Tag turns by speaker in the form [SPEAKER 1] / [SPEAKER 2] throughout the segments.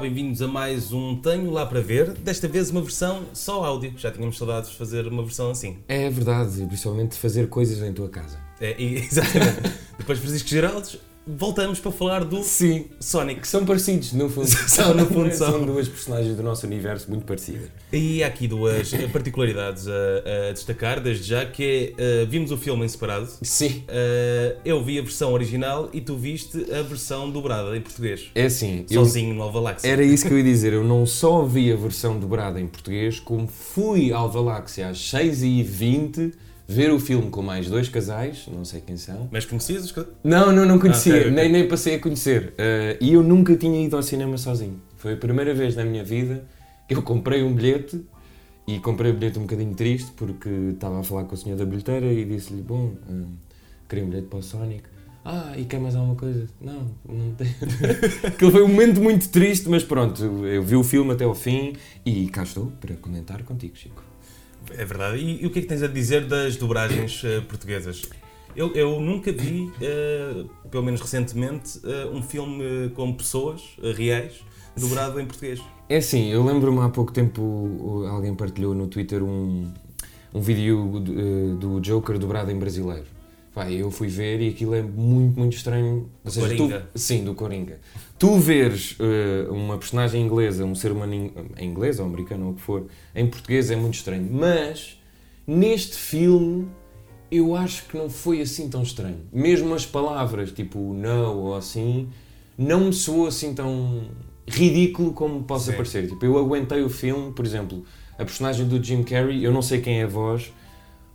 [SPEAKER 1] bem-vindos a mais um Tenho Lá para Ver, desta vez uma versão só áudio. Já tínhamos saudades de fazer uma versão assim.
[SPEAKER 2] É verdade, principalmente fazer coisas em tua casa.
[SPEAKER 1] É, e- exatamente. Depois de Francisco Geraldes, voltamos para falar do
[SPEAKER 2] Sim.
[SPEAKER 1] Sonic.
[SPEAKER 2] Que são parecidos, no fundo.
[SPEAKER 1] São, no fundo, são.
[SPEAKER 2] duas personagens do nosso universo muito parecidas.
[SPEAKER 1] E há aqui duas eh, particularidades a, a destacar, desde já, que é, eh, vimos o filme em separado.
[SPEAKER 2] Sim.
[SPEAKER 1] Eh, eu vi a versão original e tu viste a versão dobrada em português.
[SPEAKER 2] É assim, eu,
[SPEAKER 1] Sozinho no Alvaláxia.
[SPEAKER 2] era isso que eu ia dizer. Eu não só vi a versão dobrada em português, como fui ao Valáxia às 6h20 ver o filme com mais dois casais, não sei quem são.
[SPEAKER 1] Mas conhecias?
[SPEAKER 2] Não, não, não conhecia,
[SPEAKER 1] ok, ok.
[SPEAKER 2] nem, nem passei a conhecer. Eh, e eu nunca tinha ido ao cinema sozinho. Foi a primeira vez na minha vida que eu comprei um bilhete e comprei o bilhete um bocadinho triste porque estava a falar com o senhor da bilheteira e disse-lhe: Bom, hum, queria um bilhete para o Sonic. Ah, e quer mais alguma coisa? Não, não tem. Aquele foi um momento muito triste, mas pronto, eu vi o filme até ao fim e cá estou para comentar contigo, Chico.
[SPEAKER 1] É verdade. E, e o que é que tens a dizer das dobragens eh, portuguesas? Eu, eu nunca vi, eh, pelo menos recentemente, eh, um filme com pessoas eh, reais dobrado em português.
[SPEAKER 2] É assim, eu lembro-me há pouco tempo o- alguém partilhou no Twitter um, um vídeo do- eh, do Joker dobrado em brasileiro. Vai, eu fui ver e aquilo é muito, muito estranho. Ou seja, tu-
[SPEAKER 1] Coringa.
[SPEAKER 2] sim, do Coringa. Tu veres eh, uma personagem inglesa, um ser humano in- eh, inglês ou americano ou o que for, em português é muito estranho. Mas neste filme eu acho que não foi assim tão estranho. Mesmo as palavras tipo não ou assim, não me soou assim tão ridículo como possa
[SPEAKER 1] Sim.
[SPEAKER 2] parecer. Tipo, eu aguentei o filme, por exemplo, a personagem do Jim Carrey, eu não sei quem é a voz,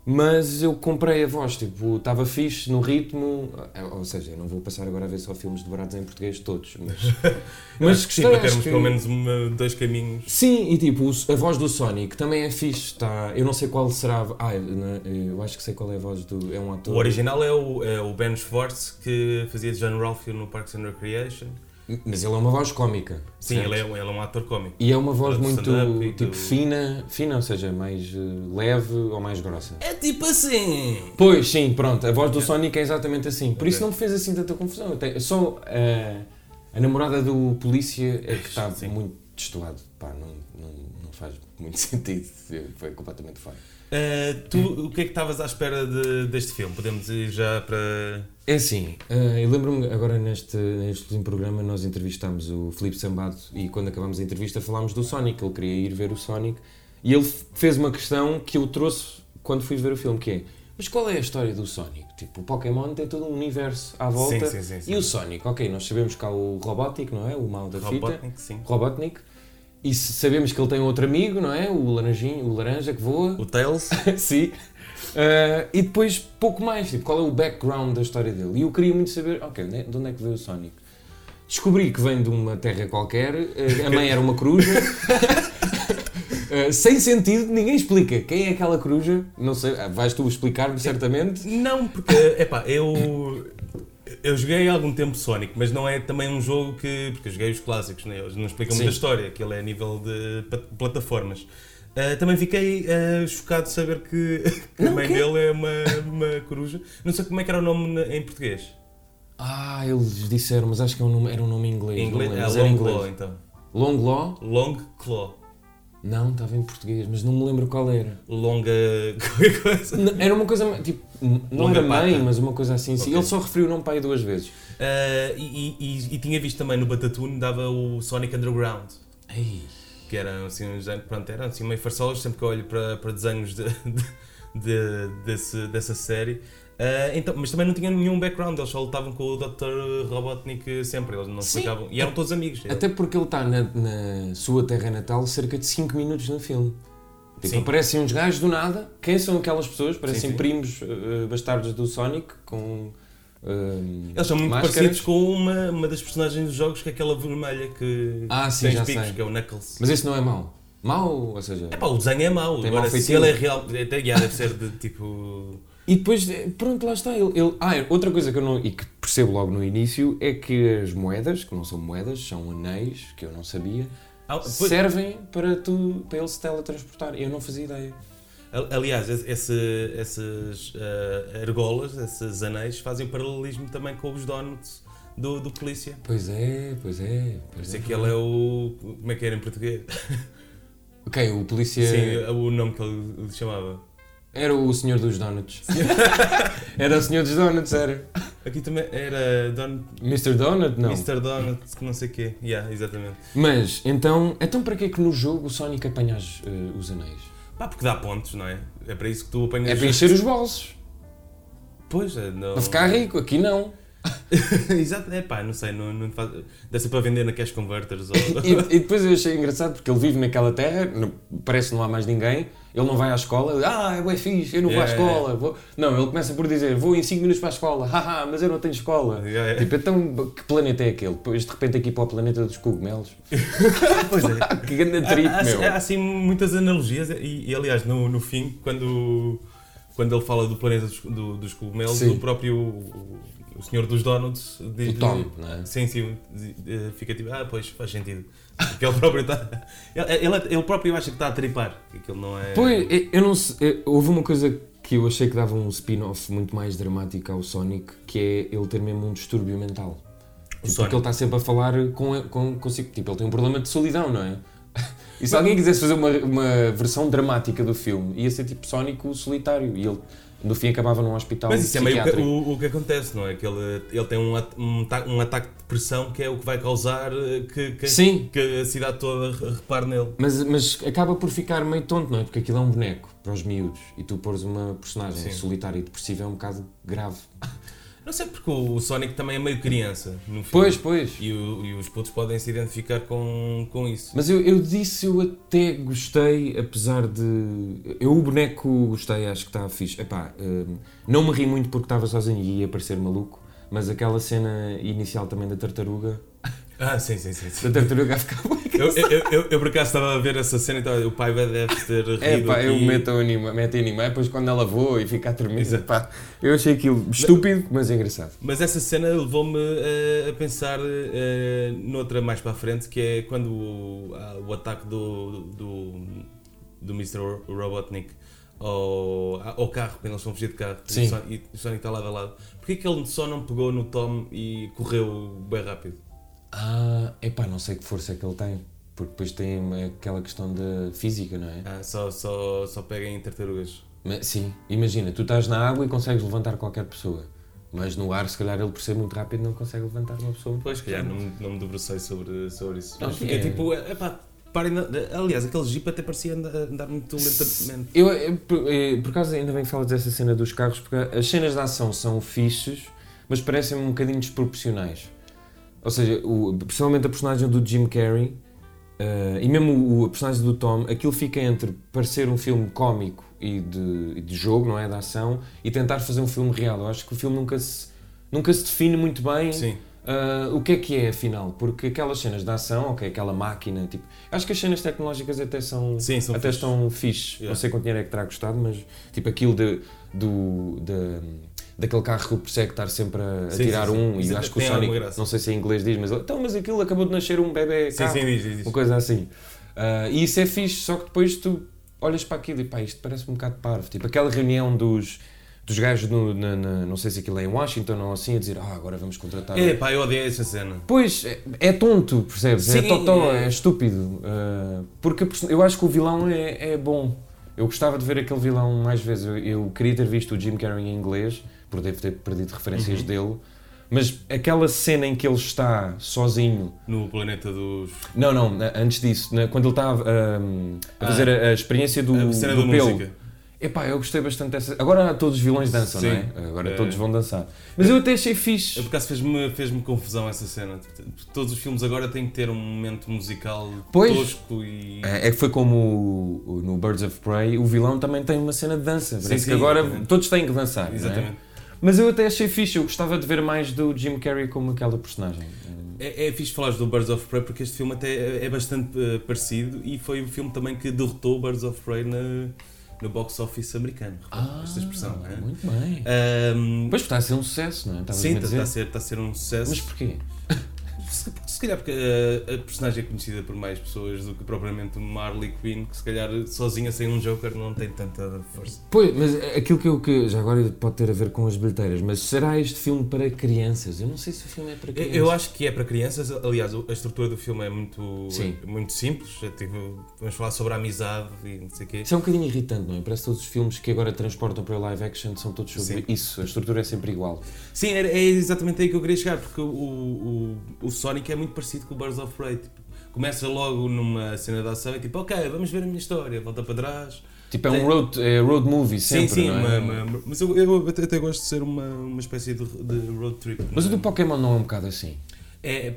[SPEAKER 2] mas eu comprei a voz, tipo, estava fixe no ritmo, eh, ou seja, eu não vou passar agora a ver só filmes dobrados em português todos, mas...
[SPEAKER 1] Acho que sim, para termos pelo menos uma- dois caminhos.
[SPEAKER 2] Sim, e tipo, o- a voz do Sonic também é fixe, tá? Eu não sei qual será. a- Ah, eu não- eu acho que sei qual é a voz do. É um
[SPEAKER 1] O
[SPEAKER 2] ator.
[SPEAKER 1] original é o, é o Ben Schwartz que fazia de John Ralphio no Parks and Recreation.
[SPEAKER 2] Mas ele é uma voz cómica.
[SPEAKER 1] Sim,
[SPEAKER 2] certo?
[SPEAKER 1] ele é, ele é um ator cómico.
[SPEAKER 2] E é uma voz
[SPEAKER 1] Do
[SPEAKER 2] muito
[SPEAKER 1] stand-up e
[SPEAKER 2] tipo
[SPEAKER 1] do-
[SPEAKER 2] fina, fina, ou seja, mais eh, leve ou mais grossa.
[SPEAKER 1] É tipo assim!
[SPEAKER 2] Pois sim, pronto, a voz do Sonic é exatamente assim. Por isso não me fez assim tanta confusão. Eu tenho- Só eh, a namorada do polícia é que está
[SPEAKER 1] Sim.
[SPEAKER 2] muito destoado. Pá, não, não, não faz muito sentido. Foi completamente fora.
[SPEAKER 1] tu, o que é que estavas à espera de- deste filme? Podemos ir já para.
[SPEAKER 2] É assim, eh, eu lembro-me agora neste, neste último programa nós entrevistámos o Filipe Sambado e quando acabámos a entrevista falámos do Sonic, ele queria ir ver o Sonic e ele f- fez uma questão que eu trouxe quando fui ver o filme, que é mas qual é a história do Sonic? Tipo, o Pokémon tem todo um universo à volta
[SPEAKER 1] sim, sim, sim.
[SPEAKER 2] e o Sonic, ok, nós sabemos que há o Robotnik, não é? O mal da fita.
[SPEAKER 1] Robotnik, sim.
[SPEAKER 2] Robotnik. E se- sabemos que ele tem outro amigo, não é? O laranjinho, o laranja que voa.
[SPEAKER 1] O Tails?
[SPEAKER 2] Sim. Ah, e depois pouco mais, tipo, qual é o background da história dele? E eu queria muito saber, ok, né, de onde é que veio o Sonic? Descobri que vem de uma terra qualquer, eh, a mãe era uma coruja. Eh, sem sentido, ninguém explica quem é aquela coruja. Não sei, ah, vais tu explicar-me certamente.
[SPEAKER 1] Não, porque, epá, eu. Eu joguei há algum tempo Sonic, mas não é também um jogo que. Porque eu joguei os clássicos, né? eles não explicam muita
[SPEAKER 2] Sim.
[SPEAKER 1] história, aquilo é a nível de pa- plataformas. Ah, também fiquei ah, chocado de saber que, que a mãe dele é uma, uma coruja. Não sei como é que era o nome na- em português.
[SPEAKER 2] Ah, eles disseram, mas acho que é um nome- era um nome em inglês.
[SPEAKER 1] Em
[SPEAKER 2] não
[SPEAKER 1] inglês
[SPEAKER 2] lembro,
[SPEAKER 1] é
[SPEAKER 2] mas era
[SPEAKER 1] Long
[SPEAKER 2] inglês.
[SPEAKER 1] Claw, então.
[SPEAKER 2] Long Law?
[SPEAKER 1] Long Claw.
[SPEAKER 2] Não, estava em português, mas não me lembro qual era.
[SPEAKER 1] Longa. qualquer coisa.
[SPEAKER 2] Não, Era uma coisa, tipo, não
[SPEAKER 1] Longa
[SPEAKER 2] era mãe,
[SPEAKER 1] pata.
[SPEAKER 2] mas uma coisa assim. sim.
[SPEAKER 1] Ok.
[SPEAKER 2] Ele só referiu o nome pai duas vezes.
[SPEAKER 1] Ah, e, e- e- e tinha visto também no Batatune, dava o Sonic Underground. que eram assim uns anos, pronto, eram assim meio farsolas, sempre que eu olho para, para desenhos de, de- de- desse- dessa série. Ah, então, mas também não tinham nenhum background, eles só lutavam com o Dr. Robotnik sempre, eles não
[SPEAKER 2] Sim.
[SPEAKER 1] explicavam. E eram todos amigos.
[SPEAKER 2] Até porque ele está na, na sua terra natal cerca de 5 minutos no filme. Tipo,
[SPEAKER 1] Sim.
[SPEAKER 2] aparecem uns gajos do nada. Quem são aquelas pessoas? Parecem
[SPEAKER 1] sim.
[SPEAKER 2] primos eh, bastardos do Sonic com. eh,
[SPEAKER 1] Eles são muito
[SPEAKER 2] máscaras.
[SPEAKER 1] parecidos com uma, uma das personagens dos jogos, que é aquela vermelha que
[SPEAKER 2] Ah, sim,
[SPEAKER 1] tem
[SPEAKER 2] já
[SPEAKER 1] os picos,
[SPEAKER 2] sei.
[SPEAKER 1] que é o Knuckles.
[SPEAKER 2] Mas esse não é mau. Mau, ou seja.
[SPEAKER 1] Epá, o desenho é mau,
[SPEAKER 2] Tem
[SPEAKER 1] agora
[SPEAKER 2] mau
[SPEAKER 1] se
[SPEAKER 2] feitio.
[SPEAKER 1] ele é real, até já deve ser de tipo.
[SPEAKER 2] E depois, eh, pronto, lá está. Ele, ele- Ah, outra coisa que eu não. e que percebo logo no início é que as moedas, que não são moedas, são anéis, que eu não sabia,
[SPEAKER 1] Ah, pois-
[SPEAKER 2] servem para, tu, para ele se teletransportar. Eu não fazia ideia.
[SPEAKER 1] Al- Aliás, esse- esse- eh, essas ah, argolas, esses anéis, fazem paralelismo também com os donuts do, do polícia.
[SPEAKER 2] Pois é, pois é.
[SPEAKER 1] Por
[SPEAKER 2] Pois
[SPEAKER 1] isso
[SPEAKER 2] é.
[SPEAKER 1] é que ele é o. Como é que era em português?
[SPEAKER 2] Quem? O polícia.
[SPEAKER 1] Sim, é o nome que ele lhe chamava.
[SPEAKER 2] Era o senhor dos donuts. era o senhor dos donuts, era.
[SPEAKER 1] Aqui também era Don...
[SPEAKER 2] Mr. Donut, não.
[SPEAKER 1] Mr. Donut, que não sei o quê. Yeah, exatamente.
[SPEAKER 2] Mas, então, então para que é que no jogo o Sonic apanha as, eh, os anéis?
[SPEAKER 1] Pá, porque dá pontos, não é? É para isso que tu apanhas.
[SPEAKER 2] É para encher os bolsos,
[SPEAKER 1] Pois, é, não.
[SPEAKER 2] para ficar rico. Aqui não.
[SPEAKER 1] Exato, é pá, não sei, não, não faz... deve ser para vender na Cash Converters ou.
[SPEAKER 2] E, e depois eu achei engraçado porque ele vive naquela terra, não- parece que não há mais ninguém, ele não vai à escola, ah, eu é fixe, eu não vou à
[SPEAKER 1] Yeah,
[SPEAKER 2] escola.
[SPEAKER 1] yeah,
[SPEAKER 2] vou-" Não, ele começa por dizer, vou em 5 minutos para a escola, haha, mas eu não tenho escola.
[SPEAKER 1] Yeah, yeah.
[SPEAKER 2] Tipo, então, que planeta é aquele? Depois, de repente, aqui para o planeta dos cogumelos. Ah,
[SPEAKER 1] pois é.
[SPEAKER 2] que grande trip,
[SPEAKER 1] Há, há, há
[SPEAKER 2] meu.
[SPEAKER 1] assim muitas analogias e, e, aliás no, no fim quando quando ele fala do planeta dos, do- dos cogumelos
[SPEAKER 2] Sim.
[SPEAKER 1] o próprio o, o senhor dos donuts diz
[SPEAKER 2] O Tom, não é?
[SPEAKER 1] sim sim diz- eh, fica tipo ah pois faz sentido porque ele próprio está ele, ele, ele próprio acha que está a tripar que aquilo não é
[SPEAKER 2] Pois, eu- eu não sei. eu- Houve uma coisa que eu achei que dava um spin-off muito mais dramático ao Sonic, que é ele ter mesmo um distúrbio mental.
[SPEAKER 1] O
[SPEAKER 2] Tipo,
[SPEAKER 1] Sonic.
[SPEAKER 2] porque ele está sempre a falar com, com, consigo. Tipo, ele tem um problema de solidão, não é? E se alguém quisesse fazer uma, uma versão dramática do filme, ia ser tipo Sonic o solitário. E ele, no fim, acabava num hospital.
[SPEAKER 1] mas isso é meio que-
[SPEAKER 2] psiquiátrico.
[SPEAKER 1] o, o que acontece, não é? Que ele, ele tem um, at- um, ta- um ataque de depressão que é o que vai causar eh, que, que,
[SPEAKER 2] Sim.
[SPEAKER 1] que a cidade toda re- repare nele.
[SPEAKER 2] Mas, mas acaba por ficar meio tonto, não é? Porque aquilo é um boneco para os miúdos e tu pôres uma personagem
[SPEAKER 1] Sim.
[SPEAKER 2] solitária e depressiva é um bocado grave.
[SPEAKER 1] Não sei porque o Sonic também é meio criança no filme.
[SPEAKER 2] Pois, pois.
[SPEAKER 1] E, o- e os putos podem se identificar com, com isso.
[SPEAKER 2] Mas eu, eu disse, eu até gostei, apesar de. Eu o boneco gostei, acho que está fixe. Epá, hum, não me ri muito porque estava sozinho e ia parecer maluco, mas aquela cena inicial também da tartaruga.
[SPEAKER 1] Ah, sim, sim, sim.
[SPEAKER 2] Da
[SPEAKER 1] sim.
[SPEAKER 2] tartaruga a ficar bué
[SPEAKER 1] Eu, eu, eu, eu- eu por acaso estava a ver essa cena e então, o pai deve ter rido.
[SPEAKER 2] É pá, eu
[SPEAKER 1] aqui.
[SPEAKER 2] meto a anima, meto a anima, depois quando ela voa e fica a tremida,
[SPEAKER 1] Exato.
[SPEAKER 2] pá. Eu achei aquilo estúpido, mas engraçado.
[SPEAKER 1] Mas essa cena levou-me eh, a pensar eh, noutra mais para a frente, que é quando o, há o ataque do, do, do Mr. Robotnik ao, ah, ao carro, quando eles estão a fugir de carro,
[SPEAKER 2] Sim.
[SPEAKER 1] E, o Sonic, e o Sonic está lado a lado. Porquê que ele só não pegou no Tom e correu bem rápido?
[SPEAKER 2] Ah, é pá, não sei que força é que ele tem, porque depois tem aquela questão da física, não é?
[SPEAKER 1] Ah, só, só, só pega em tartarugas.
[SPEAKER 2] Mas, sim, imagina, tu estás na água e consegues levantar qualquer pessoa, mas no ar, se calhar, ele por ser muito rápido não consegue levantar uma pessoa.
[SPEAKER 1] Pois, se calhar não, me- não me debrucei sobre, sobre isso.
[SPEAKER 2] Não,
[SPEAKER 1] Mas
[SPEAKER 2] sim,
[SPEAKER 1] é,
[SPEAKER 2] é-
[SPEAKER 1] tipo, é, epá, parem. de- Aliás, aquele jeep até parecia andar, andar muito lentamente.
[SPEAKER 2] Eu, eh, por, eh, por acaso, ainda bem que falas dessa cena dos carros, porque as cenas de ação são fixes, mas parecem um bocadinho desproporcionais. Ou seja, o, principalmente a personagem do Jim Carrey eh, e mesmo o, a personagem do Tom, aquilo fica entre parecer um filme cómico e de, e de jogo, não é? De ação, e tentar fazer um filme real. Eu acho que o filme nunca se, nunca se define muito bem.
[SPEAKER 1] Sim.
[SPEAKER 2] Ah, o que é que é afinal? Porque aquelas cenas de ação, ok, aquela máquina, tipo, acho que as cenas tecnológicas até são,
[SPEAKER 1] Sim, são
[SPEAKER 2] até
[SPEAKER 1] fixe.
[SPEAKER 2] estão fixe.
[SPEAKER 1] Yeah.
[SPEAKER 2] Não sei quanto dinheiro é que terá custado, mas tipo aquilo de, do, da- daquele carro que o persegue estar sempre a, a
[SPEAKER 1] Sim,
[SPEAKER 2] tirar
[SPEAKER 1] sim, sim.
[SPEAKER 2] um
[SPEAKER 1] Isso
[SPEAKER 2] e acho que o
[SPEAKER 1] tem alguma
[SPEAKER 2] Sonic,
[SPEAKER 1] graça.
[SPEAKER 2] não sei se em inglês diz, mas ele, então, mas aquilo acabou de nascer um bebê
[SPEAKER 1] Sim,
[SPEAKER 2] carro",
[SPEAKER 1] sim, diz, diz.
[SPEAKER 2] uma
[SPEAKER 1] diz.
[SPEAKER 2] coisa assim. Ah, e isso é fixe, só que depois tu olhas para aquilo e pá, isto parece um bocado parvo. Tipo aquela reunião dos. Dos gajos, no, na- na- não sei se aquilo é em Washington ou assim, a dizer, ah, agora vamos contratar.
[SPEAKER 1] É, pá, eu odiei essa cena.
[SPEAKER 2] Pois, é, é tonto, percebes? é
[SPEAKER 1] Sim,
[SPEAKER 2] totó, é,
[SPEAKER 1] é.
[SPEAKER 2] estúpido. Uh, porque a perso- eu acho que o vilão é, é bom. Eu gostava de ver aquele vilão mais vezes. Eu, eu queria ter visto o Jim Carrey em inglês, por devo ter perdido referências
[SPEAKER 1] Uhum.
[SPEAKER 2] dele. Mas aquela cena em que ele está sozinho
[SPEAKER 1] No planeta dos.
[SPEAKER 2] não, não, na- antes disso, na- quando ele está um, a
[SPEAKER 1] Ah.
[SPEAKER 2] fazer a, a experiência do,
[SPEAKER 1] A cena
[SPEAKER 2] do
[SPEAKER 1] da
[SPEAKER 2] pelo.
[SPEAKER 1] música.
[SPEAKER 2] Epá, eu gostei bastante dessa. Agora todos os vilões dançam,
[SPEAKER 1] Sim.
[SPEAKER 2] não é? Agora
[SPEAKER 1] É.
[SPEAKER 2] todos vão dançar. Mas eu até achei
[SPEAKER 1] Eu,
[SPEAKER 2] fixe.
[SPEAKER 1] por acaso fez-me fez confusão essa cena. Todos os filmes agora têm que ter um momento musical
[SPEAKER 2] Pois.
[SPEAKER 1] tosco e.
[SPEAKER 2] É é que foi como o- o- no Birds of Prey, o vilão também tem uma cena de dança. Parece
[SPEAKER 1] sim,
[SPEAKER 2] que agora
[SPEAKER 1] exatamente.
[SPEAKER 2] todos têm que
[SPEAKER 1] Ah,
[SPEAKER 2] dançar. não é?
[SPEAKER 1] Exatamente.
[SPEAKER 2] Mas eu até achei fixe, eu gostava de ver mais do Jim Carrey como aquela personagem.
[SPEAKER 1] É, é fixe falares do Birds of Prey porque este filme até é- é bastante eh, parecido e foi o filme também que derrotou o Birds of Prey na, no box office americano.
[SPEAKER 2] Ah,
[SPEAKER 1] Repara esta expressão, não é?
[SPEAKER 2] Muito bem.
[SPEAKER 1] Ahm,
[SPEAKER 2] Pois está a ser um sucesso, não é? Estavas-me
[SPEAKER 1] Sim,
[SPEAKER 2] a
[SPEAKER 1] está
[SPEAKER 2] dizer.
[SPEAKER 1] a, ser, tá a ser um sucesso.
[SPEAKER 2] Mas porquê?
[SPEAKER 1] Mas, se, se calhar porque uh, a personagem é conhecida por mais pessoas do que propriamente uma Harley Quinn, que se calhar sozinha sem um Joker não tem tanta força.
[SPEAKER 2] Pois, mas aquilo que eu que já agora pode ter a ver com as bilheteiras, mas será este filme para crianças? Eu não sei se o filme é para
[SPEAKER 1] Eu,
[SPEAKER 2] crianças.
[SPEAKER 1] eu acho que é para crianças, aliás, o- a estrutura do filme é muito,
[SPEAKER 2] Sim.
[SPEAKER 1] é muito simples. É tipo, vamos falar sobre a amizade e não sei o quê.
[SPEAKER 2] Isso é um bocadinho irritante, não é? Parece que todos os filmes que agora transportam para o live action são todos sobre
[SPEAKER 1] Sim.
[SPEAKER 2] isso. A estrutura é sempre igual.
[SPEAKER 1] Sim, era- é, exatamente aí que eu queria chegar, porque o, o, o Sonic é muito parecido com o Birds of Prey. Tipo, começa logo numa cena de ação e tipo, ok, vamos ver a minha história, volta para trás.
[SPEAKER 2] Tipo, é
[SPEAKER 1] Tem-
[SPEAKER 2] um road, é road movie sempre,
[SPEAKER 1] sim, sim,
[SPEAKER 2] não é?
[SPEAKER 1] uma- uma- mas eu, eu até, até gosto de ser uma, uma espécie de, de road trip.
[SPEAKER 2] Mas o
[SPEAKER 1] não é?
[SPEAKER 2] do Pokémon não é um bocado assim.
[SPEAKER 1] É, é,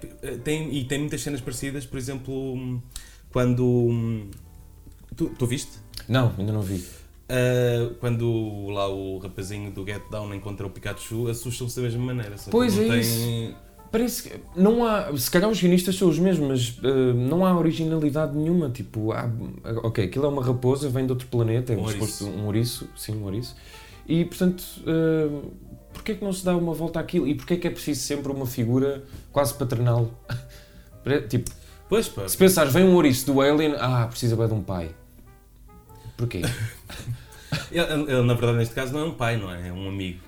[SPEAKER 1] tem, e tem muitas cenas parecidas, por exemplo, hum, quando. hum, Tu, tu viste?
[SPEAKER 2] Não, ainda não vi.
[SPEAKER 1] Ah, quando lá o rapazinho do Get Down encontra o Pikachu, assustam-se da mesma maneira. só que
[SPEAKER 2] Pois
[SPEAKER 1] não
[SPEAKER 2] é
[SPEAKER 1] tem-
[SPEAKER 2] isso. Parece que não há. Se calhar os guionistas são os mesmos, mas eh, não há originalidade nenhuma. Tipo, há, ok, aquilo é uma raposa, vem de outro planeta, é
[SPEAKER 1] Um
[SPEAKER 2] um,
[SPEAKER 1] ouriço.
[SPEAKER 2] suposto- um ouriço, sim, um ouriço. E portanto, eh, porquê é que não se dá uma volta àquilo? E porquê é que é preciso sempre uma figura quase paternal? Pare- tipo,
[SPEAKER 1] Pois pá,
[SPEAKER 2] se pensares, vem um ouriço do Alien, ah, precisa bem de um pai. Porquê?
[SPEAKER 1] ele, ele, ele, na verdade neste caso não é um pai, não é? É um amigo.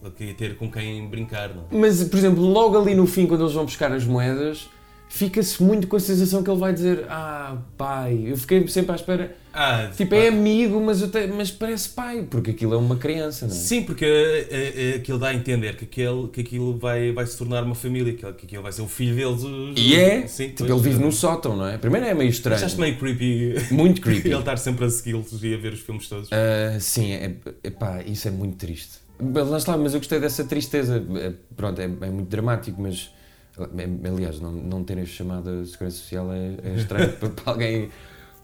[SPEAKER 1] Ele queria ter com quem brincar, não é?
[SPEAKER 2] Mas, por exemplo, logo ali no fim, quando eles vão buscar as moedas, fica-se muito com a sensação que ele vai dizer: Ah, pai. Eu fiquei sempre à espera.
[SPEAKER 1] Ah,
[SPEAKER 2] Tipo,
[SPEAKER 1] pá.
[SPEAKER 2] é amigo, mas, eu te- mas parece pai, porque aquilo é uma criança, não é?
[SPEAKER 1] Sim, porque é, é, é, aquilo dá a entender que, aquele, que aquilo vai, vai se tornar uma família, que, ele- que aquilo vai ser o filho deles. os-
[SPEAKER 2] E é?
[SPEAKER 1] Sim,
[SPEAKER 2] tipo,
[SPEAKER 1] pois.
[SPEAKER 2] ele vive no sótão, não é? Primeiro é meio estranho.
[SPEAKER 1] Achaste meio creepy
[SPEAKER 2] Muito creepy.
[SPEAKER 1] ele estar sempre a segui-los e a ver os filmes todos.
[SPEAKER 2] Ah, sim, é, epá, isso é muito triste. Mas Lá está, mas eu gostei dessa tristeza. É, Pronto, é, é muito dramático, mas. é- Aliás, não, não terem chamado a Segurança Social é, é estranho para, para alguém.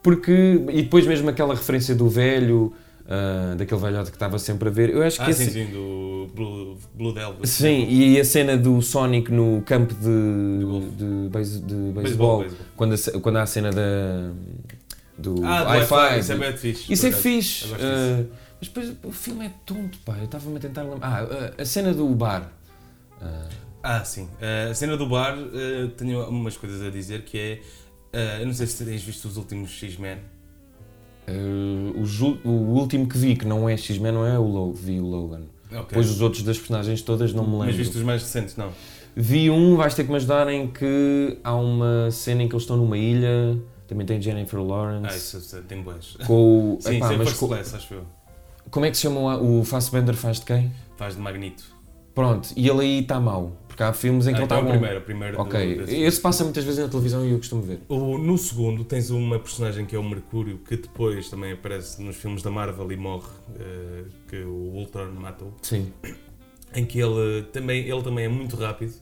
[SPEAKER 2] Porque. E depois mesmo aquela referência do velho, ah, daquele velhote que estava sempre a ver. Eu acho que
[SPEAKER 1] ah,
[SPEAKER 2] esse-
[SPEAKER 1] sim, sim, do Blue, Blue Devil.
[SPEAKER 2] Sim, e a cena do Sonic no campo
[SPEAKER 1] golfe.
[SPEAKER 2] de, de, beis- de
[SPEAKER 1] Beisebol,
[SPEAKER 2] beisebol,
[SPEAKER 1] beisebol.
[SPEAKER 2] quando, a ce- quando há a cena da, do
[SPEAKER 1] Ah, do
[SPEAKER 2] high five.
[SPEAKER 1] Isso é bem fixe.
[SPEAKER 2] Isso
[SPEAKER 1] por
[SPEAKER 2] é
[SPEAKER 1] acaso.
[SPEAKER 2] fixe.
[SPEAKER 1] Eu gosto disso.
[SPEAKER 2] ah, mas depois o filme é tonto, pá. Eu estava-me a tentar lembrar. Ah, a- a cena do bar. Ah,
[SPEAKER 1] Ah, sim. Ah, a cena do bar, ah, tenho umas coisas a dizer que é. ah, eu não sei se tens visto os últimos X-Men.
[SPEAKER 2] ah, o, ju- o último que vi, que não é X-Men, não é o Logan. Vi o Logan.
[SPEAKER 1] Ok.
[SPEAKER 2] Depois os outros das personagens todas não me lembro.
[SPEAKER 1] Mas viste os mais recentes, não?
[SPEAKER 2] Vi um, vais ter que me ajudar, em que há uma cena em que eles estão numa ilha. Também tem Jennifer
[SPEAKER 1] Ah,
[SPEAKER 2] Lawrence.
[SPEAKER 1] isso, isso tem boas.
[SPEAKER 2] Com o.
[SPEAKER 1] Sim,
[SPEAKER 2] epá,
[SPEAKER 1] isso é
[SPEAKER 2] mas
[SPEAKER 1] First
[SPEAKER 2] co-
[SPEAKER 1] Class, acho eu.
[SPEAKER 2] como é que se chama o, o Fassbender faz de quem?
[SPEAKER 1] Faz de Magneto.
[SPEAKER 2] Pronto, e ele aí está mau. Porque há filmes em que
[SPEAKER 1] Ah,
[SPEAKER 2] ele está
[SPEAKER 1] então o
[SPEAKER 2] bom.
[SPEAKER 1] primeiro, o primeiro
[SPEAKER 2] Ok,
[SPEAKER 1] do, desse-
[SPEAKER 2] esse passa muitas vezes na televisão e eu costumo ver.
[SPEAKER 1] O- no segundo tens uma personagem que é o Mercúrio, que depois também aparece nos filmes da Marvel e morre, eh, que o Ultron matou,
[SPEAKER 2] Sim.
[SPEAKER 1] em que ele também, ele também é muito rápido.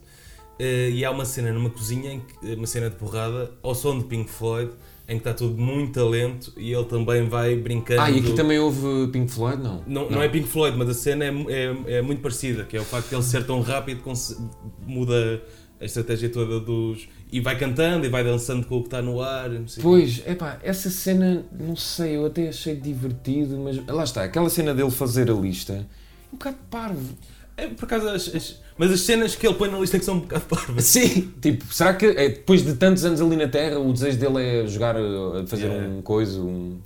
[SPEAKER 1] eh, e há uma cena numa cozinha, em que- uma cena de porrada, ao som de Pink Floyd, em que está tudo muito lento e ele também vai brincando.
[SPEAKER 2] Ah, e aqui também houve Pink Floyd, não?
[SPEAKER 1] Não, não é Pink Floyd, mas a cena é, mu- é- é muito parecida, que é o facto de ele ser tão rápido que conse- muda a estratégia toda dos. e vai cantando e vai dançando com o que está no ar. não sei o quê.
[SPEAKER 2] Pois, epá, essa cena, não sei, eu até achei divertido, mas lá está, aquela cena dele fazer a lista, um bocado parvo.
[SPEAKER 1] É, por acaso, as- as- mas as cenas que ele põe na lista é que são um bocado parvas.
[SPEAKER 2] Sim, tipo, será que é, depois de tantos anos ali na Terra, o desejo dele é jogar, eh, fazer
[SPEAKER 1] Yeah.
[SPEAKER 2] um coisa, um,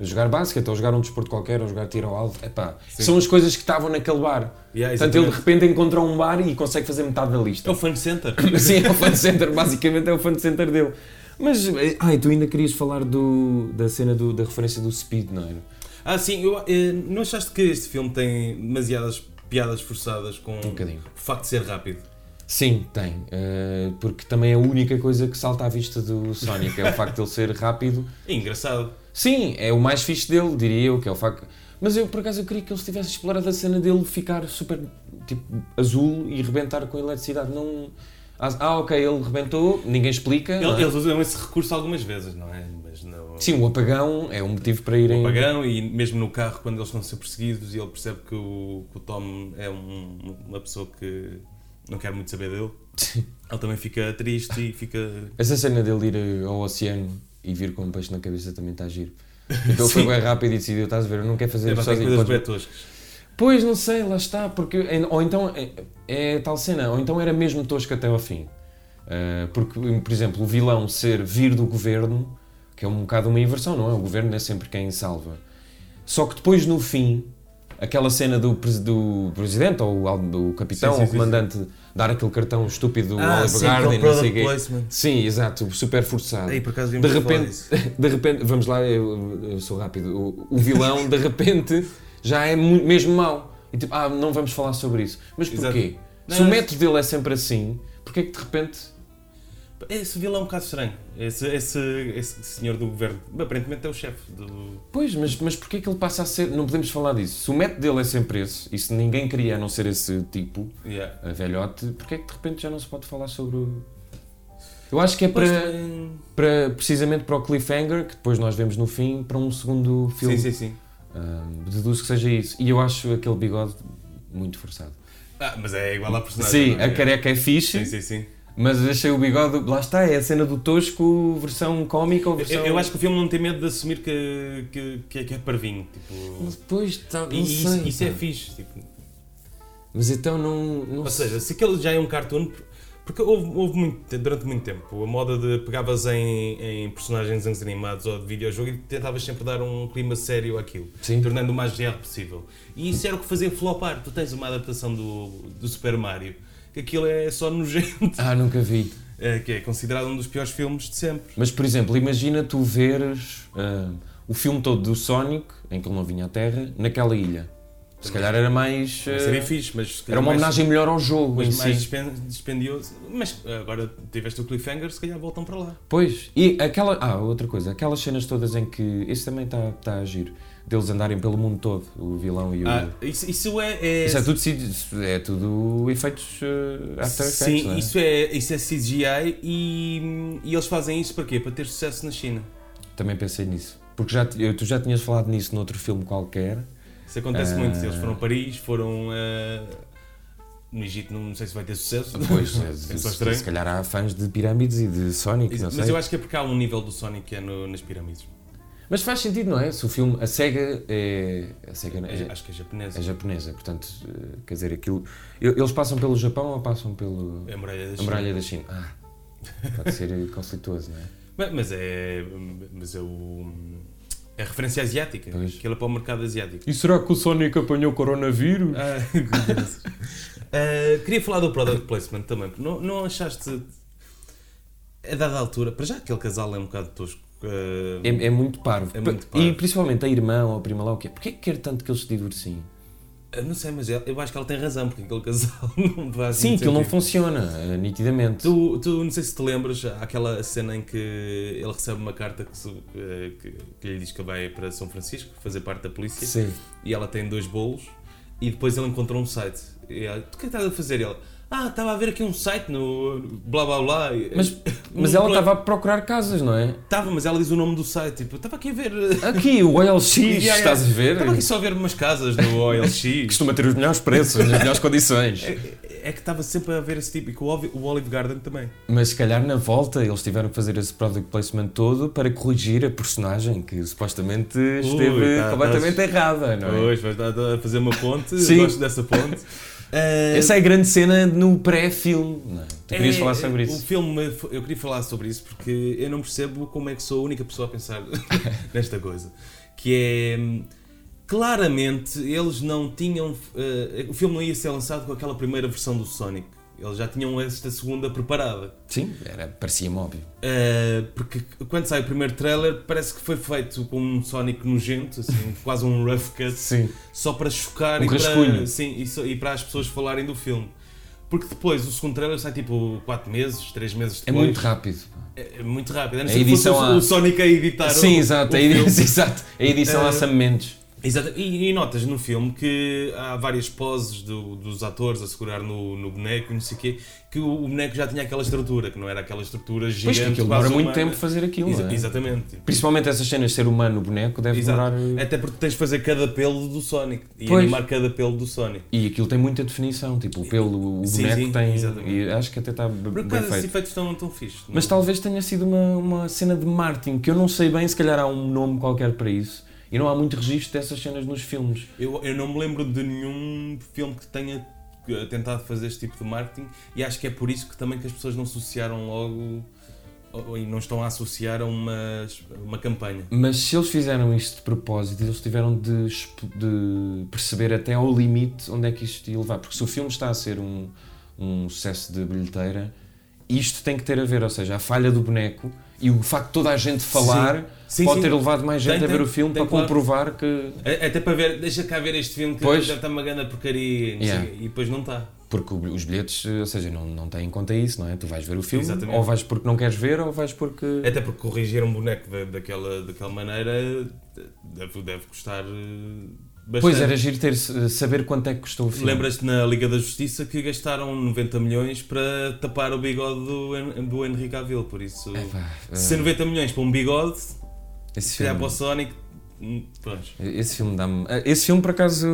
[SPEAKER 2] jogar basquete, ou jogar um desporto qualquer, ou jogar tiro ao alvo? Epá,
[SPEAKER 1] Sim.
[SPEAKER 2] são as coisas que estavam naquele bar.
[SPEAKER 1] Yeah,
[SPEAKER 2] Portanto, ele de
[SPEAKER 1] exatamente.
[SPEAKER 2] repente encontra um bar e consegue fazer metade da
[SPEAKER 1] É
[SPEAKER 2] lista.
[SPEAKER 1] o fan center.
[SPEAKER 2] Sim, é o fan center, basicamente é o fan center dele. Mas, eh, ai, tu ainda querias falar do, da cena do- da referência do Speed, não era?
[SPEAKER 1] Ah, sim, eu, eh, não achaste que este filme tem demasiadas piadas forçadas com
[SPEAKER 2] Um bocadinho.
[SPEAKER 1] o facto de ser rápido?
[SPEAKER 2] Sim, tem. eh, porque também é a única coisa que salta à vista do Sonic, é o facto de ele ser rápido.
[SPEAKER 1] É engraçado.
[SPEAKER 2] Sim, é o mais fixe dele, diria eu, que é o facto. Mas eu por acaso eu queria que eles tivessem explorado a cena dele ficar super tipo azul e rebentar com a eletricidade. Não. Ah, ok, ele rebentou, ninguém explica.
[SPEAKER 1] Ele-
[SPEAKER 2] não é?
[SPEAKER 1] Eles usam esse recurso algumas vezes, não é? Mas não.
[SPEAKER 2] Sim, o apagão é um motivo para
[SPEAKER 1] O
[SPEAKER 2] irem.
[SPEAKER 1] apagão e mesmo no carro, quando eles estão a ser perseguidos e ele percebe que o, que o Tom é um- uma pessoa que não quer muito saber dele, ele também fica triste e fica
[SPEAKER 2] Essa cena dele ir eh, ao oceano e vir com um peixe na cabeça também está giro. Então foi bem rápido e decidiu, estás a ver, eu não quero fazer
[SPEAKER 1] É,
[SPEAKER 2] isto
[SPEAKER 1] pá, tem
[SPEAKER 2] sozinho,
[SPEAKER 1] coisas
[SPEAKER 2] podes-
[SPEAKER 1] bem toscas.
[SPEAKER 2] Pois, não é sei, lá está, porque. Ou então. É, é tal cena, ou então era mesmo tosco até ao fim. Uh, porque, por exemplo, o vilão ser vir do governo, que é um bocado uma inversão, não é? O governo é sempre quem salva. Só que depois, no fim, aquela cena do, pres- do presidente ou al- do capitão
[SPEAKER 1] Sim, sim,
[SPEAKER 2] ou
[SPEAKER 1] sim,
[SPEAKER 2] comandante dar aquele cartão estúpido ao
[SPEAKER 1] Ah,
[SPEAKER 2] Oliver
[SPEAKER 1] sim,
[SPEAKER 2] Garden,
[SPEAKER 1] aquele
[SPEAKER 2] não
[SPEAKER 1] product
[SPEAKER 2] sei o quê.
[SPEAKER 1] placement.
[SPEAKER 2] Sim, exato, super forçado.
[SPEAKER 1] Aí, por acaso,
[SPEAKER 2] de
[SPEAKER 1] vimos falar
[SPEAKER 2] repente,
[SPEAKER 1] disso.
[SPEAKER 2] de repente, vamos lá, eu, eu sou rápido. O, o vilão, de repente, já é mu- mesmo mau. E tipo, ah, não vamos falar sobre isso. Mas
[SPEAKER 1] Exato.
[SPEAKER 2] porquê?
[SPEAKER 1] Não,
[SPEAKER 2] Se o
[SPEAKER 1] mas-
[SPEAKER 2] método dele é sempre assim, porquê é que de repente.
[SPEAKER 1] Esse vilão é um bocado estranho. Esse, esse, esse senhor do governo. Aparentemente é o chefe do.
[SPEAKER 2] Pois, mas, mas porquê é que ele passa a ser. Não podemos falar disso. Se o método dele é sempre esse, e se ninguém queria a não ser esse tipo,
[SPEAKER 1] Yeah.
[SPEAKER 2] a velhote, porque é que de repente já não se pode falar sobre o... Eu acho que é
[SPEAKER 1] Depois
[SPEAKER 2] para,
[SPEAKER 1] também-
[SPEAKER 2] para precisamente para o cliffhanger, que depois nós vemos no fim, para um segundo filme.
[SPEAKER 1] Sim, sim, sim.
[SPEAKER 2] Ahm, deduzo que seja isso. E eu acho aquele bigode muito forçado.
[SPEAKER 1] Ah, mas é igual à personagem.
[SPEAKER 2] sim,
[SPEAKER 1] não é?
[SPEAKER 2] a careca é
[SPEAKER 1] Sim,
[SPEAKER 2] fixe,
[SPEAKER 1] sim, sim.
[SPEAKER 2] mas achei o bigode... Lá está, é a cena do tosco, versão cómica ou versão...
[SPEAKER 1] Eu, eu acho que o filme não tem medo de assumir que, que, que, é, que é parvinho. Tipo...
[SPEAKER 2] Depois, tá, não
[SPEAKER 1] E isso,
[SPEAKER 2] sei,
[SPEAKER 1] isso é
[SPEAKER 2] pá.
[SPEAKER 1] fixe. Tipo...
[SPEAKER 2] Mas então não... não
[SPEAKER 1] Ou
[SPEAKER 2] sei.
[SPEAKER 1] seja, se aquele já é um cartoon. Porque houve, houve muito- durante muito tempo a moda de pegavas em, em personagens de desenhos animados ou de videojogo e tentavas sempre dar um clima sério àquilo,
[SPEAKER 2] Sim.
[SPEAKER 1] tornando o mais real possível. E isso era o que fazia flopar. Tu tens uma adaptação do, do Super Mario, que aquilo é só nojento,
[SPEAKER 2] Ah, nunca vi.
[SPEAKER 1] é, que é considerado um dos piores filmes de sempre.
[SPEAKER 2] Mas, por exemplo, imagina tu veres ah, o filme todo do Sonic, em que ele não vinha à Terra, naquela ilha. Se calhar era mais. ah,
[SPEAKER 1] Seria fixe, mas se
[SPEAKER 2] era
[SPEAKER 1] calhar
[SPEAKER 2] uma
[SPEAKER 1] mais-
[SPEAKER 2] homenagem melhor ao jogo em
[SPEAKER 1] Mas mais
[SPEAKER 2] si.
[SPEAKER 1] dispen- dispendioso. Mas agora tiveste o cliffhanger, se calhar voltam para lá.
[SPEAKER 2] Pois, e aquela. Ah, outra coisa, aquelas cenas todas em que. Esse também está tá a giro. Deles andarem pelo mundo todo, o vilão e o.
[SPEAKER 1] Ah, isso, isso é. é-
[SPEAKER 2] isso é tudo, ci- isso é tudo efeitos ah, After Effects.
[SPEAKER 1] Sim,
[SPEAKER 2] não é?
[SPEAKER 1] isso, é, isso é CGI e, e eles fazem isso para quê? Para ter sucesso na China.
[SPEAKER 2] Também pensei nisso. Porque já, ti- eu- tu já tinhas falado nisso noutro filme qualquer.
[SPEAKER 1] Isso acontece
[SPEAKER 2] Ah.
[SPEAKER 1] muito. Eles foram a Paris, foram ah, no Egito, não sei se vai ter sucesso.
[SPEAKER 2] Pois, é,
[SPEAKER 1] é só
[SPEAKER 2] se,
[SPEAKER 1] estranho.
[SPEAKER 2] se calhar há fãs de pirâmides e de Sonic, não sei.
[SPEAKER 1] Mas eu acho que é porque há um nível do Sonic que é no- nas pirâmides.
[SPEAKER 2] Mas faz sentido, não é? Se o filme. A SEGA é. A SEGA não-
[SPEAKER 1] É-
[SPEAKER 2] é,
[SPEAKER 1] acho que é japonesa.
[SPEAKER 2] é japonesa, portanto, eh, quer dizer, aquilo. eu- Eles passam pelo Japão ou passam pelo.
[SPEAKER 1] É a muralha da
[SPEAKER 2] A
[SPEAKER 1] China.
[SPEAKER 2] muralha da China? Ah, pode ser conflituoso, não é?
[SPEAKER 1] Mas, mas é. Mas é o. É referência asiática.
[SPEAKER 2] Pois.
[SPEAKER 1] Aquilo é para o mercado asiático.
[SPEAKER 2] E será que o Sonic apanhou coronavírus?
[SPEAKER 1] Ah, graças. Ah, queria falar do product placement também, porque não, não achaste. A dada altura, para já aquele casal é um bocado tosco. ah,
[SPEAKER 2] É, é muito parvo.
[SPEAKER 1] É muito
[SPEAKER 2] E
[SPEAKER 1] parvo.
[SPEAKER 2] principalmente a irmã ou a prima lá, o quê? Porquê é que quer tanto que eles se divorciem? É.
[SPEAKER 1] eu ah, não sei, mas eu, eu acho que ela tem razão, porque aquele casal não faz
[SPEAKER 2] Sim,
[SPEAKER 1] muito
[SPEAKER 2] aquilo não
[SPEAKER 1] sentido.
[SPEAKER 2] funciona, eh, nitidamente.
[SPEAKER 1] Tu, tu não sei se te lembras aquela cena em que ele recebe uma carta que, se- ah, que- que lhe diz que vai para São Francisco fazer parte da polícia
[SPEAKER 2] Sim.
[SPEAKER 1] e ela tem dois bolos e depois ele encontrou um site. E ela, tu o que é que estás a fazer? E ela, ah, estava a ver aqui um site no blá blá blá.
[SPEAKER 2] Mas, mas
[SPEAKER 1] Um
[SPEAKER 2] ela
[SPEAKER 1] pro-
[SPEAKER 2] estava a procurar casas, não é?
[SPEAKER 1] Estava, mas ela diz o nome do site. Tipo, eu estava aqui a ver.
[SPEAKER 2] Aqui, o OLX,
[SPEAKER 1] Yeah, Então, yeah.
[SPEAKER 2] estás a ver?
[SPEAKER 1] Estava aqui só a ver umas casas no OLX.
[SPEAKER 2] Costuma ter os melhores preços, as melhores condições.
[SPEAKER 1] é, é que estava sempre a ver esse tipo. E com o Olive- o Olive Garden também.
[SPEAKER 2] Mas se calhar na volta eles tiveram que fazer esse product placement todo para corrigir a personagem que supostamente esteve
[SPEAKER 1] tá-
[SPEAKER 2] completamente errada, não é?
[SPEAKER 1] Pois, vais dar dar a fazer uma ponte.
[SPEAKER 2] Sim.
[SPEAKER 1] Gosto dessa ponte. Eh,
[SPEAKER 2] Essa é a grande cena no pré-filme, não é? Tu
[SPEAKER 1] é,
[SPEAKER 2] querias falar sobre
[SPEAKER 1] é,
[SPEAKER 2] isso?
[SPEAKER 1] O filme, eu queria falar sobre isso porque eu não percebo como é que sou a única pessoa a pensar nesta coisa. Que é. hum, Claramente eles não tinham. eh, o filme não ia ser lançado com aquela primeira versão do Sonic. Eles já tinham esta segunda preparada.
[SPEAKER 2] Sim, era, parecia-me óbvio.
[SPEAKER 1] Uh, porque quando sai o primeiro trailer parece que foi feito com um Sonic nojento, assim, quase um rough cut,
[SPEAKER 2] Sim.
[SPEAKER 1] só para chocar
[SPEAKER 2] Um
[SPEAKER 1] e, para,
[SPEAKER 2] rascunho.
[SPEAKER 1] sim, e, só- e para as pessoas falarem do filme. Porque depois o segundo trailer sai tipo 4 meses, 3 meses
[SPEAKER 2] É
[SPEAKER 1] depois.
[SPEAKER 2] muito rápido.
[SPEAKER 1] É- é muito rápido. A não
[SPEAKER 2] A
[SPEAKER 1] ser que fosse
[SPEAKER 2] edição
[SPEAKER 1] o,
[SPEAKER 2] a-
[SPEAKER 1] o Sonic a editar.
[SPEAKER 2] Sim,
[SPEAKER 1] o-
[SPEAKER 2] exato,
[SPEAKER 1] o
[SPEAKER 2] a
[SPEAKER 1] filme.
[SPEAKER 2] edição, exato. A edição
[SPEAKER 1] Eh,
[SPEAKER 2] a Sam Mendes.
[SPEAKER 1] Exato. E, e notas no filme que há várias poses do- dos atores a segurar no, no boneco e não sei o quê, que o, o boneco já tinha aquela estrutura, que não era aquela estrutura gigante.
[SPEAKER 2] Pois que aquilo
[SPEAKER 1] quase
[SPEAKER 2] demora muito
[SPEAKER 1] humana.
[SPEAKER 2] tempo fazer aquilo,
[SPEAKER 1] Exa-
[SPEAKER 2] não é?
[SPEAKER 1] Exatamente.
[SPEAKER 2] Principalmente essas cenas ser humano, o boneco, deve
[SPEAKER 1] Exato. É
[SPEAKER 2] demorar...
[SPEAKER 1] Até porque tens de fazer cada pelo do Sonic e
[SPEAKER 2] Pois.
[SPEAKER 1] animar cada pelo do Sonic.
[SPEAKER 2] E aquilo tem muita definição, tipo, o pelo, o
[SPEAKER 1] Sim,
[SPEAKER 2] boneco
[SPEAKER 1] sim,
[SPEAKER 2] tem...
[SPEAKER 1] exatamente.
[SPEAKER 2] E acho que até está b-
[SPEAKER 1] Por
[SPEAKER 2] bem
[SPEAKER 1] acaso assim, esses
[SPEAKER 2] feito.
[SPEAKER 1] efeitos estão tão fixes.
[SPEAKER 2] Mas tá-
[SPEAKER 1] não? é?
[SPEAKER 2] talvez tenha sido uma, uma cena de marketing, que eu não sei bem, se calhar há um nome qualquer para isso. E não há muito registro dessas cenas nos filmes.
[SPEAKER 1] eu, eu não me lembro de nenhum filme que tenha eh, tentado fazer este tipo de marketing e acho que é por isso que também que as pessoas não associaram logo ou- e não estão a associar a uma, uma campanha.
[SPEAKER 2] Mas se eles fizeram isto de propósito, eles tiveram de, exp- de perceber até ao limite onde é que isto ia levar. Porque se o filme está a ser um, um sucesso de bilheteira, isto tem que ter a ver, ou seja, a falha do boneco e o facto de toda a gente falar
[SPEAKER 1] Sim,
[SPEAKER 2] pode
[SPEAKER 1] sim.
[SPEAKER 2] ter levado mais gente
[SPEAKER 1] Tem,
[SPEAKER 2] a ver
[SPEAKER 1] tem,
[SPEAKER 2] o filme
[SPEAKER 1] tem,
[SPEAKER 2] para
[SPEAKER 1] claro.
[SPEAKER 2] comprovar que.
[SPEAKER 1] A- Até para ver, deixa cá ver este filme que
[SPEAKER 2] Pois.
[SPEAKER 1] já está uma grande porcaria e não sei
[SPEAKER 2] Yeah.
[SPEAKER 1] o quê. e depois não está.
[SPEAKER 2] Porque o- os bilhetes, ou seja, não, não têm em conta isso, não é? Tu vais ver o filme,
[SPEAKER 1] Exatamente.
[SPEAKER 2] ou vais porque não queres ver, ou vais porque.
[SPEAKER 1] Até porque corrigir um boneco da- daquela, daquela maneira deve, deve custar eh, bastante.
[SPEAKER 2] Pois é, era giro ter, saber quanto é que custou o filme.
[SPEAKER 1] Lembras-te na Liga da Justiça que gastaram 90 milhões para tapar o bigode do, Hen- do Henry Cavill, por isso.
[SPEAKER 2] Epá,
[SPEAKER 1] Se
[SPEAKER 2] eh,
[SPEAKER 1] 90 milhões para um bigode,
[SPEAKER 2] esse
[SPEAKER 1] se calhar
[SPEAKER 2] filme-
[SPEAKER 1] para o Sonic. hum, Pronto.
[SPEAKER 2] Esse filme dá-me. eh, Esse filme, por acaso,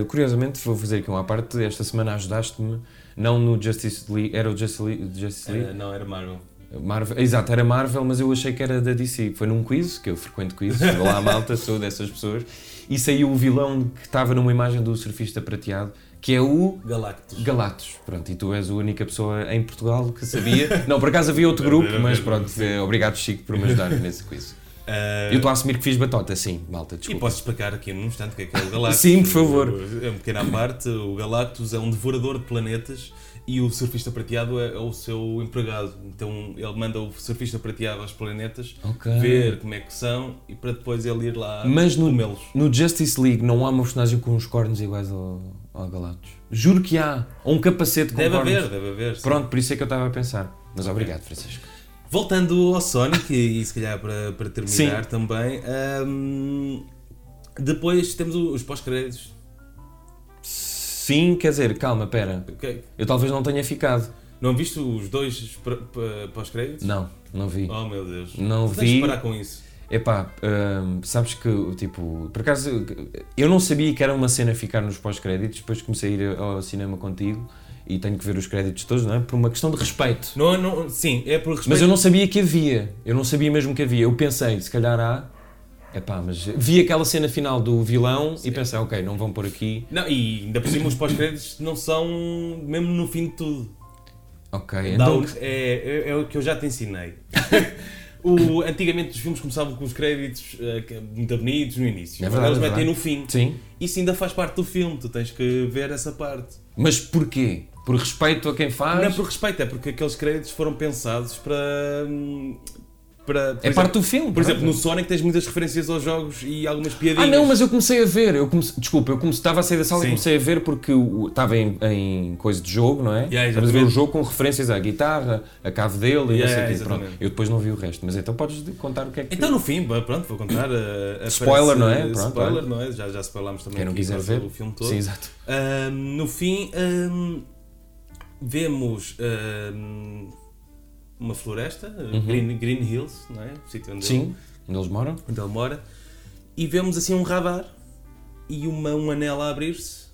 [SPEAKER 2] eh, curiosamente, vou fazer aqui uma à parte. Esta semana ajudaste-me, não no Justice League, era o Justice League. Justice
[SPEAKER 1] Era-
[SPEAKER 2] League?
[SPEAKER 1] Eh, não, era Marvel.
[SPEAKER 2] Marvel, exato, era Marvel, mas eu achei que era da DC. Foi num quiz, que eu frequento quiz, vou lá à malta, sou dessas pessoas, e saiu o vilão que estava numa imagem do surfista prateado, que é o.
[SPEAKER 1] Galactus.
[SPEAKER 2] Galatos, pronto, e tu és a única pessoa em Portugal que sabia. Não, por acaso havia outro grupo, mas pronto, eh, obrigado Chico por me ajudar nesse quiz.
[SPEAKER 1] Ah,
[SPEAKER 2] Eu estou a assumir que fiz batota, sim, malta,
[SPEAKER 1] e
[SPEAKER 2] desculpa.
[SPEAKER 1] posso explicar aqui num instante o que é que é o Galactus?
[SPEAKER 2] Sim, por favor.
[SPEAKER 1] É uma pequena parte. O Galactus é um devorador de planetas e o surfista prateado é, é o seu empregado. Então ele manda o surfista prateado aos planetas
[SPEAKER 2] Ok.
[SPEAKER 1] ver como é que são e para depois ele ir lá
[SPEAKER 2] Mas no,
[SPEAKER 1] comê-los.
[SPEAKER 2] no Justice League não há uma personagem com uns cornos iguais ao, ao Galactus. Juro que há. Ou um capacete com
[SPEAKER 1] Deve
[SPEAKER 2] cornos.
[SPEAKER 1] haver, deve haver. sim.
[SPEAKER 2] Pronto, por isso é que eu estava a pensar. Mas obrigado, Francisco.
[SPEAKER 1] Voltando ao Sonic, e, e se calhar para, para terminar também, hum, depois temos o- os pós-créditos.
[SPEAKER 2] Sim, quer dizer, calma, pera.
[SPEAKER 1] Ok.
[SPEAKER 2] Eu talvez não tenha ficado.
[SPEAKER 1] Não viste os dois pr- p- pós-créditos?
[SPEAKER 2] Não, não vi.
[SPEAKER 1] Oh meu Deus.
[SPEAKER 2] Não
[SPEAKER 1] Tu Tens de
[SPEAKER 2] vi.
[SPEAKER 1] parar com isso.
[SPEAKER 2] Epá, hum, sabes que, tipo, por acaso, eu não sabia que era uma cena ficar nos pós-créditos, depois comecei a ir ao cinema contigo e tenho que ver os créditos todos, não é? Por uma questão de respeito.
[SPEAKER 1] Não, não, sim, é por respeito.
[SPEAKER 2] Mas eu não sabia que havia. Eu não sabia mesmo que havia. Eu pensei, se calhar há. Epá, mas vi aquela cena final do vilão e pensei, ok, não vão por aqui.
[SPEAKER 1] Não, e ainda por cima os pós-créditos não são mesmo no fim de tudo.
[SPEAKER 2] Ok,
[SPEAKER 1] Dá
[SPEAKER 2] então.
[SPEAKER 1] o- é, é- é o que eu já te ensinei. O, antigamente os filmes começavam com os créditos eh, que- muito bonitos no início.
[SPEAKER 2] É verdade,
[SPEAKER 1] Agora
[SPEAKER 2] é
[SPEAKER 1] eles metem
[SPEAKER 2] verdade.
[SPEAKER 1] no fim.
[SPEAKER 2] Sim.
[SPEAKER 1] Isso ainda faz parte do filme, tu tens que ver essa parte.
[SPEAKER 2] Mas porquê? Por respeito a quem faz?
[SPEAKER 1] Não é por respeito, é porque aqueles créditos foram pensados para. hum, para por
[SPEAKER 2] É
[SPEAKER 1] exemplo-
[SPEAKER 2] parte do filme.
[SPEAKER 1] Por exemplo, no
[SPEAKER 2] pronto.
[SPEAKER 1] Sonic tens muitas referências aos jogos e algumas piadinhas.
[SPEAKER 2] Ah, não, mas eu comecei a ver. Eu comecei... Desculpa, eu comecei... estava a sair da sala
[SPEAKER 1] Sim.
[SPEAKER 2] e comecei a ver porque o- estava em, em coisa de jogo, não é?
[SPEAKER 1] Yeah,
[SPEAKER 2] Estavas a ver o
[SPEAKER 1] exatamente.
[SPEAKER 2] jogo com referências à guitarra, a cave dele
[SPEAKER 1] Yeah,
[SPEAKER 2] e não sei o quê. Pronto,
[SPEAKER 1] exatamente.
[SPEAKER 2] eu depois não vi o resto, mas então podes contar o que é que.
[SPEAKER 1] Então no fim, bah, pronto, vou contar. eh,
[SPEAKER 2] Spoiler,
[SPEAKER 1] aparece-
[SPEAKER 2] não é? Pronto,
[SPEAKER 1] spoiler,
[SPEAKER 2] olha.
[SPEAKER 1] não é? Já, já spoilámos também
[SPEAKER 2] Quem não
[SPEAKER 1] aqui
[SPEAKER 2] quiser
[SPEAKER 1] quase
[SPEAKER 2] ver.
[SPEAKER 1] o filme todo.
[SPEAKER 2] Sim, exato.
[SPEAKER 1] Ahm, no fim, ahm, vemos ahm, uma floresta, Green, Green Hills, não é? O sítio onde ele-
[SPEAKER 2] Uhum. Sim, onde eles moram.
[SPEAKER 1] onde ele mora, e vemos assim um radar e uma, um anel a abrir-se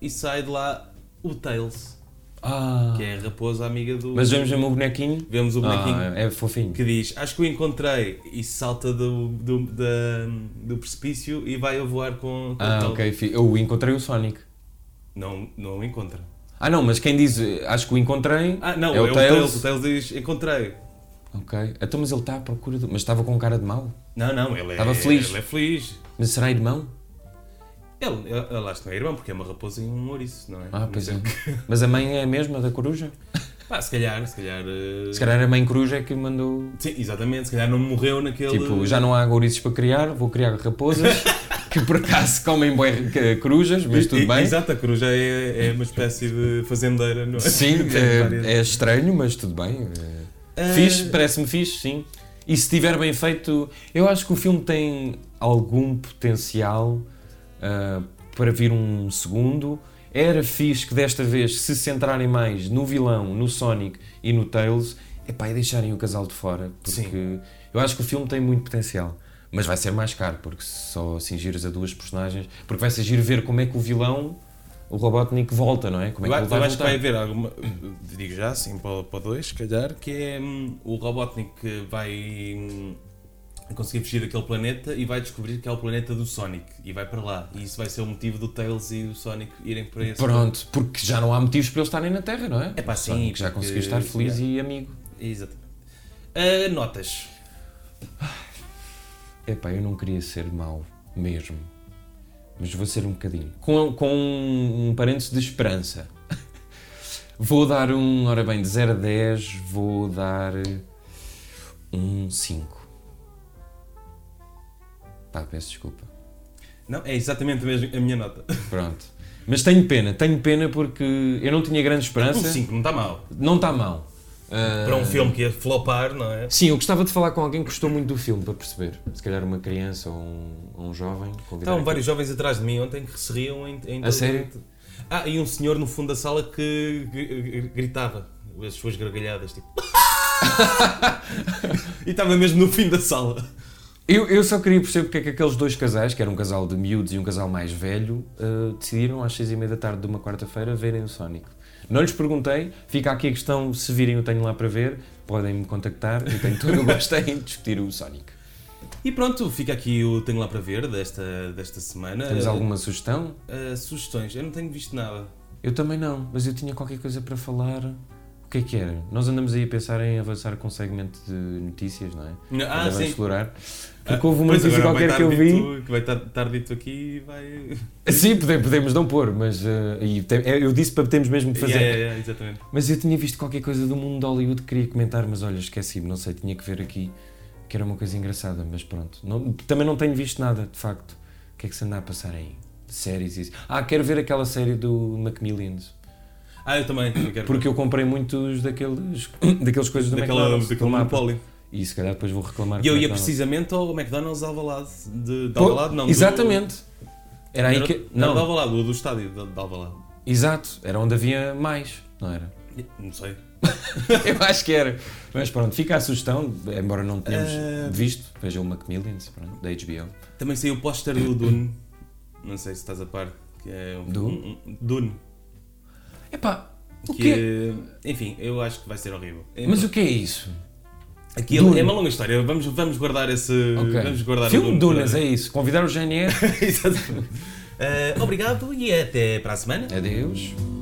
[SPEAKER 1] e sai de lá o Tails,
[SPEAKER 2] Ah.
[SPEAKER 1] que é a raposa amiga do.
[SPEAKER 2] Mas vemos mesmo o bonequinho.
[SPEAKER 1] Vemos o bonequinho
[SPEAKER 2] Ah, é fofinho.
[SPEAKER 1] que diz: Acho que o encontrei e salta do, do, da- do precipício e vai a voar com, com o
[SPEAKER 2] Ah,
[SPEAKER 1] Tails.
[SPEAKER 2] ok. fi- Eu encontrei o Sonic.
[SPEAKER 1] Não, não o encontra.
[SPEAKER 2] Ah, não, mas quem diz eh, acho que o encontrei.
[SPEAKER 1] Ah, não,
[SPEAKER 2] é o Tails.
[SPEAKER 1] O Tails diz: Encontrei.
[SPEAKER 2] Ok. Então, mas ele está à procura. Do... Mas estava com cara de mau.
[SPEAKER 1] Não, não, ele é,
[SPEAKER 2] Tava feliz.
[SPEAKER 1] Ele é feliz.
[SPEAKER 2] Mas será irmão?
[SPEAKER 1] Ele, ele, ele acho que não é irmão, porque é uma raposa e um ouriço, não é?
[SPEAKER 2] Ah,
[SPEAKER 1] Não
[SPEAKER 2] pois é.
[SPEAKER 1] sei.
[SPEAKER 2] Mas a mãe é a mesma da coruja?
[SPEAKER 1] Pá, se calhar, se calhar. eh,
[SPEAKER 2] Se calhar a mãe coruja é que mandou.
[SPEAKER 1] Sim, exatamente, se calhar não morreu naquele.
[SPEAKER 2] Tipo, já não há ouriços para criar, vou criar raposas que por acaso comem boi... que- corujas, mas
[SPEAKER 1] E-
[SPEAKER 2] tudo
[SPEAKER 1] e-
[SPEAKER 2] bem.
[SPEAKER 1] Exato, a coruja é, é uma espécie de fazendeira, não é?
[SPEAKER 2] Sim,
[SPEAKER 1] Tem várias-
[SPEAKER 2] é, é estranho, mas tudo bem. É...
[SPEAKER 1] Ah.
[SPEAKER 2] Fixe, parece-me fixe, sim. E se tiver bem feito, eu acho que o filme tem algum potencial ah, para vir um segundo. Era fixe que desta vez se centrarem mais no vilão, no Sonic e no Tails, epá, e deixarem o casal de fora, porque eu acho que o filme tem muito potencial. Mas vai ser mais caro, porque se só cingires a duas personagens, porque vai ser giro ver como é que o vilão, o Robotnik, volta, não é? Como é
[SPEAKER 1] Eu,
[SPEAKER 2] que ele
[SPEAKER 1] acho-
[SPEAKER 2] vai
[SPEAKER 1] eu acho que
[SPEAKER 2] voltar?
[SPEAKER 1] vai haver alguma. Digo já, sim, para, o- para o dois, se calhar, que é hum, o Robotnik que vai. hum, conseguir fugir daquele planeta e vai descobrir que é o planeta do Sonic e vai para lá. E isso vai ser o motivo do Tails e do Sonic irem para esse.
[SPEAKER 2] Pronto, porque já não há motivos para eles estarem na Terra, não é?
[SPEAKER 1] É pá,
[SPEAKER 2] Só
[SPEAKER 1] sim,
[SPEAKER 2] que já
[SPEAKER 1] porque-
[SPEAKER 2] conseguiu estar feliz e amigo.
[SPEAKER 1] Exatamente. Ah, notas.
[SPEAKER 2] É pá, eu não queria ser mau, mesmo. Mas vou ser um bocadinho. Com, com um, um parênteses de esperança. Vou dar um, ora bem, de 0 a 10, vou dar um 5. Pá, peço desculpa.
[SPEAKER 1] Não, é exatamente mesmo a minha nota.
[SPEAKER 2] Pronto. Mas tenho pena, tenho pena porque eu não tinha grande
[SPEAKER 1] Um
[SPEAKER 2] esperança.
[SPEAKER 1] 5, não está mal.
[SPEAKER 2] Não está mal. Ah,
[SPEAKER 1] Para um filme que ia flopar, não é?
[SPEAKER 2] Sim, eu gostava de falar com alguém que gostou muito do filme, para perceber. Se calhar uma criança ou um, ou um jovem. convidar
[SPEAKER 1] Estavam
[SPEAKER 2] aqui.
[SPEAKER 1] Então, vários jovens atrás de mim ontem que se riam em, em
[SPEAKER 2] A sério?
[SPEAKER 1] Ah, e um senhor no fundo da sala que gr- gr- gritava as suas gargalhadas, tipo. e estava mesmo no fim da sala.
[SPEAKER 2] Eu, eu só queria perceber porque é que aqueles dois casais, que era um casal de miúdos e um casal mais velho, eh, decidiram às seis e meia da tarde de uma quarta-feira verem o Sonic. Não lhes perguntei, fica aqui a questão, se virem eu tenho lá para ver, podem me contactar, eu tenho todo o gosto em discutir o Sonic.
[SPEAKER 1] E pronto, fica aqui o Tenho Lá para Ver desta, desta semana.
[SPEAKER 2] Temos
[SPEAKER 1] Eh,
[SPEAKER 2] alguma sugestão?
[SPEAKER 1] eh, sugestões, eu não tenho visto nada.
[SPEAKER 2] Eu também não, mas eu tinha qualquer coisa para falar. O que é que era? Nós andamos aí a pensar em avançar com um segmento de notícias, não é?
[SPEAKER 1] Não,
[SPEAKER 2] Ainda
[SPEAKER 1] ah,
[SPEAKER 2] vamos
[SPEAKER 1] sim.
[SPEAKER 2] explorar.
[SPEAKER 1] Ah,
[SPEAKER 2] Porque houve uma
[SPEAKER 1] pois,
[SPEAKER 2] notícia
[SPEAKER 1] agora vai
[SPEAKER 2] qualquer que eu
[SPEAKER 1] estar
[SPEAKER 2] vi.
[SPEAKER 1] dito- que vai estar, estar dito aqui e vai.
[SPEAKER 2] Sim, pode- podemos não pôr, mas eh, e tem- eu disse para termos mesmo que fazer.
[SPEAKER 1] Yeah, yeah, yeah, exatamente.
[SPEAKER 2] Mas eu tinha visto qualquer coisa do mundo de Hollywood que queria comentar, mas olha, esqueci-me, não sei, tinha que ver aqui, que era uma coisa engraçada, mas pronto. Não- também não tenho visto nada, de facto. O que é que se anda a passar aí? Séries e isso. Ah, quero ver aquela série do Macmillans,
[SPEAKER 1] Ah, eu também, também quero.
[SPEAKER 2] porque eu comprei muitos daqueles, daqueles coisas do
[SPEAKER 1] daquela,
[SPEAKER 2] McDonald's,
[SPEAKER 1] daquele
[SPEAKER 2] do mapa.
[SPEAKER 1] monopólio.
[SPEAKER 2] E se calhar depois vou reclamar
[SPEAKER 1] E eu
[SPEAKER 2] com o
[SPEAKER 1] ia
[SPEAKER 2] McDonald's.
[SPEAKER 1] precisamente ao McDonald's de Alvalade. De, de
[SPEAKER 2] Pô,
[SPEAKER 1] Alvalade, não. do-
[SPEAKER 2] Exatamente. Era aí
[SPEAKER 1] Era-
[SPEAKER 2] que...
[SPEAKER 1] Não, de
[SPEAKER 2] Não,
[SPEAKER 1] Alvalade, do, do estádio de, de Alvalade.
[SPEAKER 2] exato. Era onde havia mais, não era?
[SPEAKER 1] Não sei.
[SPEAKER 2] Eu acho que era. Mas pronto, fica a sugestão, embora não tenhamos
[SPEAKER 1] Eh,
[SPEAKER 2] visto. Vejam o Macmillans, pronto, da HBO.
[SPEAKER 1] Também saiu o póster do Dune. Não sei se estás a par. Que é um,
[SPEAKER 2] Dune?
[SPEAKER 1] um- um- Dune.
[SPEAKER 2] Epá, o
[SPEAKER 1] que
[SPEAKER 2] quê?
[SPEAKER 1] é- enfim, eu acho que vai ser horrível. É,
[SPEAKER 2] Mas o que é isso?
[SPEAKER 1] aqui é-
[SPEAKER 2] Dune?
[SPEAKER 1] é uma longa história. Vamos, vamos guardar esse.
[SPEAKER 2] Ok.
[SPEAKER 1] Vamos guardar
[SPEAKER 2] Filme de
[SPEAKER 1] o Dune.
[SPEAKER 2] Dunas, é isso. Convidar o GNR.
[SPEAKER 1] Exatamente. Eh, obrigado e até para a semana.
[SPEAKER 2] Adeus.